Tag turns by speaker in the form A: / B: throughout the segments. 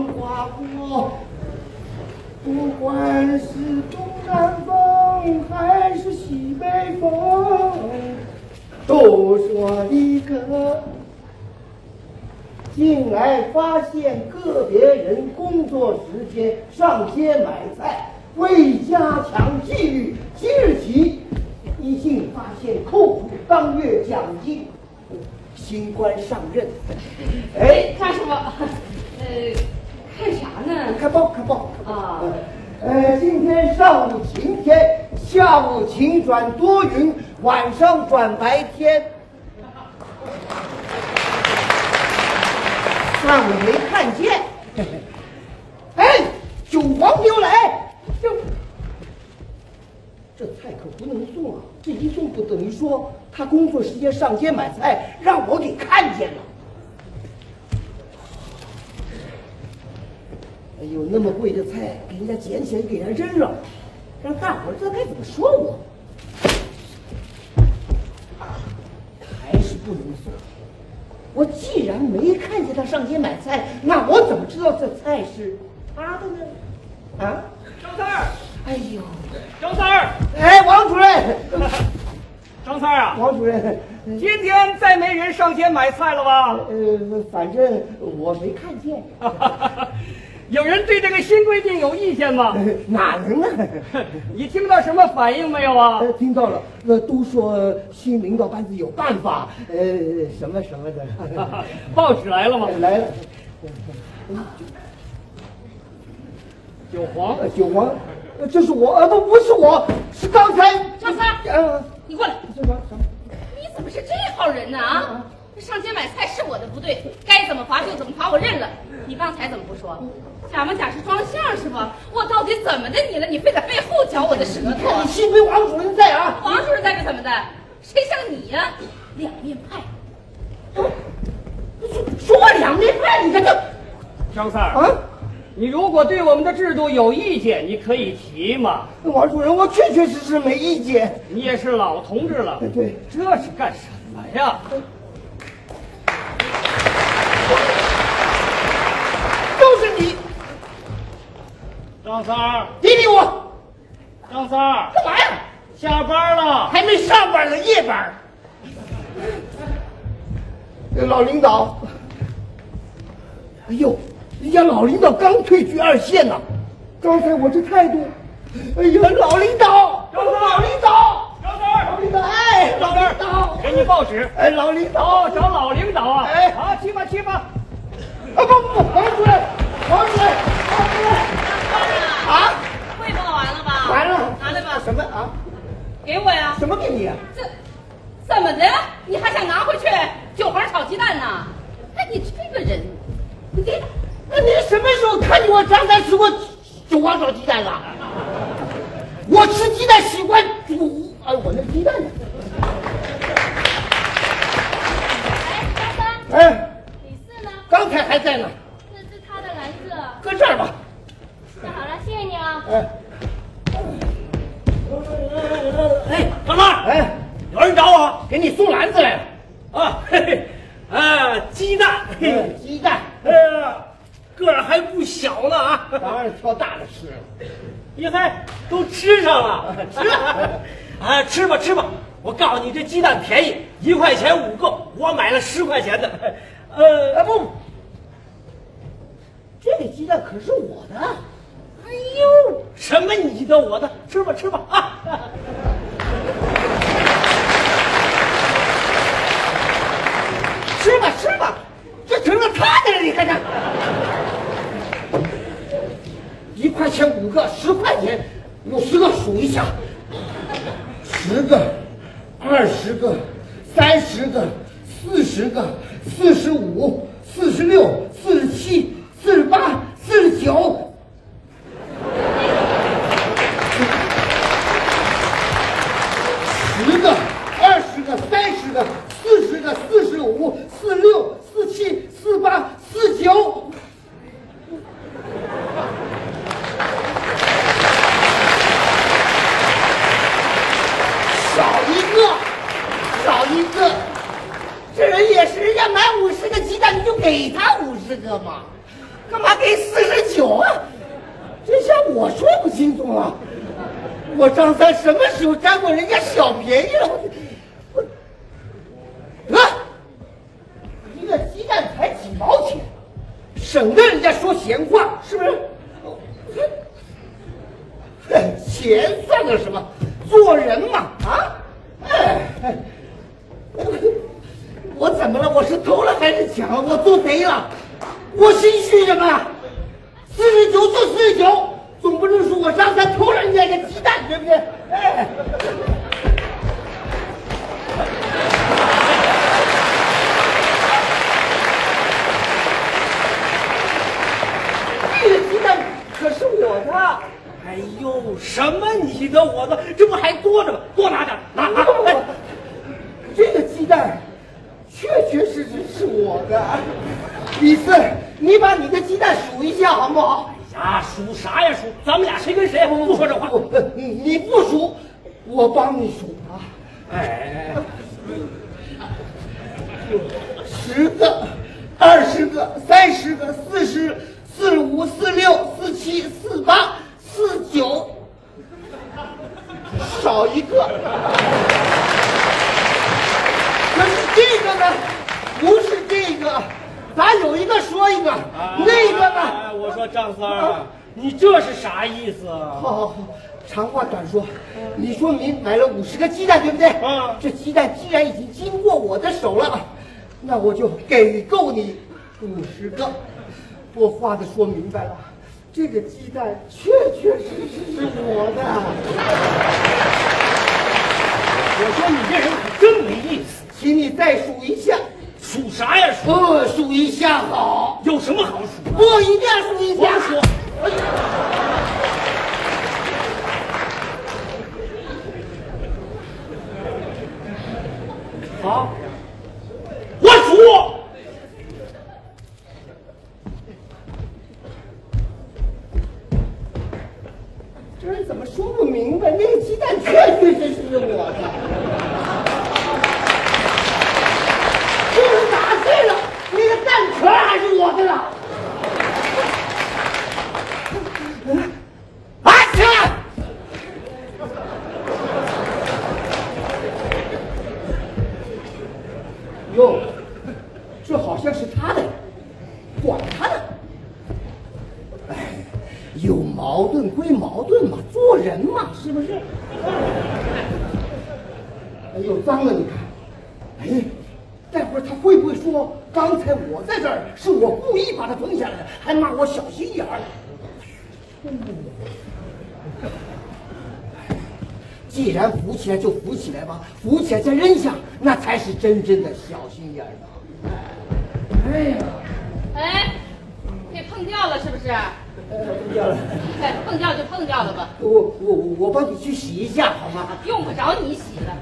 A: 火。不管是东南风还是西北风，都说一个。近来发现个别人工作时间上街买菜，为加强纪律，即日起一经发现扣除当月奖金。新官上任，哎，
B: 看什么？呃，看啥呢？
A: 看报看报看报
B: 啊
A: 呃，今天上午晴天，下午晴转多云，晚上转白天。那我没看见。哎，九黄牛来，这这菜可不能送啊！这一送不等于说他工作时间上街买菜，让我给看见了。哎呦，那么贵的菜给人家捡起来给人家扔了，让大伙儿知道该怎么说我。还是不能送。我既然没看见他上街买菜，那我怎么知道这菜是他的呢？啊？
C: 张三儿，
A: 哎呦！
C: 张三儿，
A: 哎，王主任，
C: 张三儿啊！
A: 王主任，
C: 今天再没人上街买菜了吧？
A: 呃，反正我没看见，
C: 有人对这个新规定有意见吗？
A: 呃哪能啊？
C: 你听到什么反应没有啊？
A: 呃，听到了，呃，都说新领导班子有办法，呃，什么什么 的，
C: 报纸来了吗？
A: 来了，
C: 有黄，
A: 呃九皇，呃这是我，呃，不，不是我，是刚才
B: 张三
A: 呃，
B: 你过来！
A: 这什么什么？
B: 你怎么是这号人呢？啊，上街买菜是我的不对，该怎么罚就怎么罚，我认了。你刚才怎么不说？假模假式装像是吧？我到底怎么的你了？你非得背后嚼我的舌头啊
A: 你？幸亏王主任在啊，
B: 王主任在这怎么的？谁像你呀、两面派！
A: 说我两面派，你看这
C: 张三儿，
A: 啊。
C: 你如果对我们的制度有意见，你可以提嘛。
A: 王主任，我确确实实没意见。
C: 你也是老同志了，
A: 对，
C: 这是干什么呀？
A: 都是你
C: 张三儿，
A: 你理我
C: 张三儿，
A: 干嘛呀？
C: 下班了，
A: 还没上班呢，夜班儿。这老领导，哎呦，人家老领导刚退居二线呢。刚才我这态度，哎呀，老领导，老领导，
C: 张三儿
A: 老领导，哎，老领导，
C: 给你报纸。
A: 哎，老领导
C: 哦，，找老领导啊！
A: 哎
C: 好，去吧去吧。
A: 啊不不不，王主任，王主任，王主任，啊，
B: 汇报完了吧？
A: 完了，
B: 拿来吧，
A: 什么啊？
B: 给我呀！
A: 什么给你啊？
B: 这怎么的？你还想拿回去韭黄炒鸡蛋呢？哎，你这个人，你给
A: 那你什么时候看见我张三吃过韭黄炒鸡蛋了？我吃鸡蛋习惯煮，哎，我那鸡蛋呢？
D: 哎，张三，
A: 哎，
D: 李四呢？
A: 刚才还在呢，
D: 这是他的篮子。
A: 搁这儿吧。
D: 那好了，谢谢你啊。
A: 哎，
C: 哎，老大，
A: 哎，
C: 有人找我
A: 给你送篮子来了。
C: 啊！嘿嘿，啊，鸡蛋，
A: 哎鸡蛋，
C: 呃，个儿还不小呢啊！
A: 当然挑大的吃了。
C: 你看都吃上了，
A: 吃了
C: 啊，吃吧吃吧。我告诉你，这鸡蛋便宜，一块钱五个，我买了十块钱的。
A: 哎
C: 呃，
A: 不，这个鸡蛋可是我的。
C: 哎呦，什么你的我的，吃吧吃吧 啊！
A: 吃吧吃吧，这成了他的了，你看看。一块钱五个，十块钱，有十个数一下，十个，二十个，三十个，四十个，四十五，四十六，四十七，四十八，四十九。十个、二十个、三十个、四十个、四十五、四六、四七、四八、四九。少一个，少一个。这人也是，人家买五十个鸡蛋，你就给他五十个嘛，干嘛给四十九啊我说不心动啊？我张三什么时候占过人家小便宜了？我我得一个鸡蛋才几毛钱，省得人家说闲话，是不是？哼 钱算个什么？做人嘛，啊！哎，我怎么了？我是偷了还是抢了？我做贼了？我心虚什么？四十九做四十九，总不能说我张三偷了人家个鸡蛋，对不对？哎。这个鸡蛋可是我的。
C: 哎呦，什么你的我的，这不还多着吗？多拿点，拿拿！哎
A: 哦 这个鸡蛋确确实实是我的。李四，你把你的鸡蛋数一下好不好？
C: 哎呀，数啥呀数？咱们俩谁跟谁？不说这话。
A: 我你你不数，我帮你数啊。
C: 哎，
A: 十个，二十个，三十个，四十，四五，四六，四七，四八，四九，少一个。可是这个呢，不是这个，咱有一个说一个，
C: 啊
A: 那个呢？啊
C: 哎我说张三儿，你这是啥意思啊？
A: 好好好，哦长话短说，你说你买了五十个鸡蛋，对不对？
C: 嗯
A: 这鸡蛋既然已经经过我的手了，那我就给够你五十个。我话都说明白了，这个鸡蛋确确实实是我的，
C: 我说你这人可真没意思，
A: 请你再数一下。
C: 数啥呀数？
A: 呃，数一下好，
C: 有什么好数？
A: 不一定要数一
C: 我
A: 下。
C: 数。好，我数。
A: 这人怎么说不明白？那个鸡蛋确确实实是我的，就是打碎了，那个蛋壳还是我的了。啊！行了，哟，这好像是他的，管他呢。有矛盾归矛盾嘛，做人嘛，是不是？哎呦，脏了，你看，哎，待会儿他会不会说刚才我在这儿是我故意把他扔下来的，还骂我小心眼儿？既然扶起来就扶起来吧，扶起来再扔下，那才是真正的小心眼儿呢。哎呀，
B: 哎，给碰掉了是不是？
A: 哎，不要了，
B: 哎，碰掉就碰掉了吧，
A: 我我我我帮你去洗一下好吗？
B: 用不着你洗了。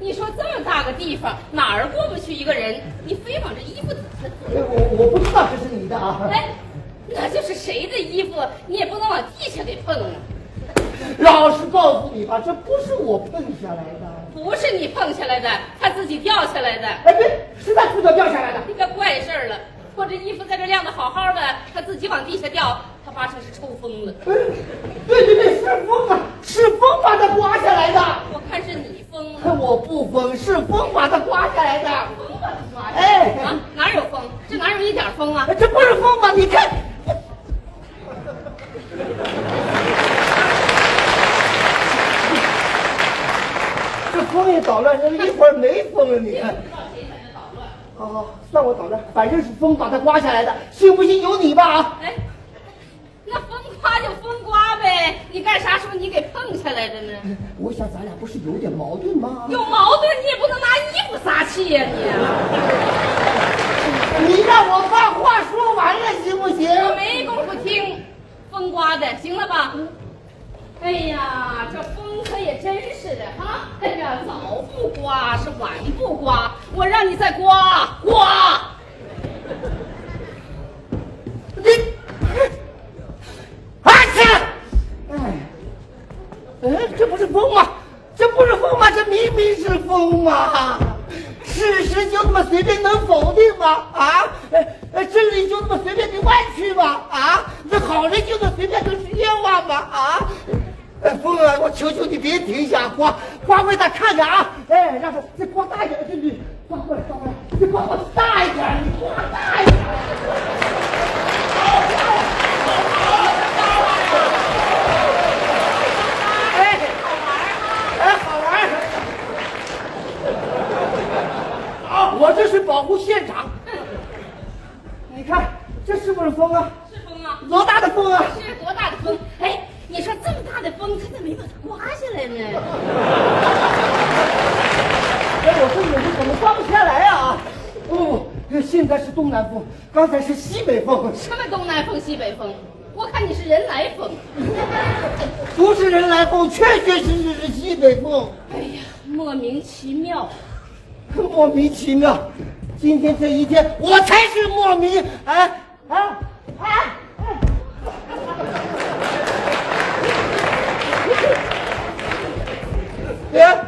B: 你说这么大个地方，哪儿过不去一个人？你非往这衣服底下
A: 哎我我不知道这是你的啊，
B: 哎，那就是谁的衣服，你也不能往地下给碰啊！
A: 老实告诉你吧，这不是我碰下来的，
B: 不是你碰下来的，他自己掉下来的，
A: 哎，对，是他自个掉下来的。哎
B: 那个怪事儿了。我这衣服在这晾得好好的，他自己往地下掉，他八成是抽风了。
A: 哎，对对对，是风啊，是风把它刮下来的。
B: 我看是你啊疯
A: 哎，
B: 了，
A: 我不疯，是风把它刮下来的。
B: 疯吧你妈呀！
A: 哎
B: 啊，，哪有风？这哪有一点风啊？
A: 这不是风吗？你看，这风也捣乱，一会儿没风了，你看。好好，算我捣乱，反正是风把它刮下来的，信不信由你吧啊！
B: 哎，那风刮就风刮呗，你干啥时候你给碰下来的呢？
A: 我想咱俩不是有点矛盾吗？
B: 有矛盾你也不能拿衣服撒气呀、你！啊
A: 你让我把话说完了行不行？
B: 我没工夫听，风刮的，行了吧？哎呀，这风可也真是的哈！哎呀，早不刮是晚不刮，我让你再刮刮。
A: 你，啊去！哎，哎，这不是风吗？这不是风吗？这明明是风嘛！事实就这么随便能否定吗？啊，哎哎，真理就这么随便给弯曲吗？啊，那好人就能随便能冤枉吗？啊，了，我求求你别停下，光光为他看看啊！哎，让他这光大一点，这你光过来，光过来，这光光大一点，你光大一点。哎，哎，好玩儿好，我这是保护现场。你看，这是不是风啊？
B: 是风啊，
A: 多大的风啊！
B: 是多大的风？哎，你说这么大的风，他怎么没把它刮下来呢？
A: 哎，我说你们怎么放不下来啊？哦，现在是东南风，刚才是西北风，
B: 什么东南风、西北风？我看你是人来疯。
A: 不是人来风，确确实实是西北风，
B: 哎呀，莫名其妙。
A: 莫名其妙。今天这一天，我才是莫名，哎哎哎！哎 哎，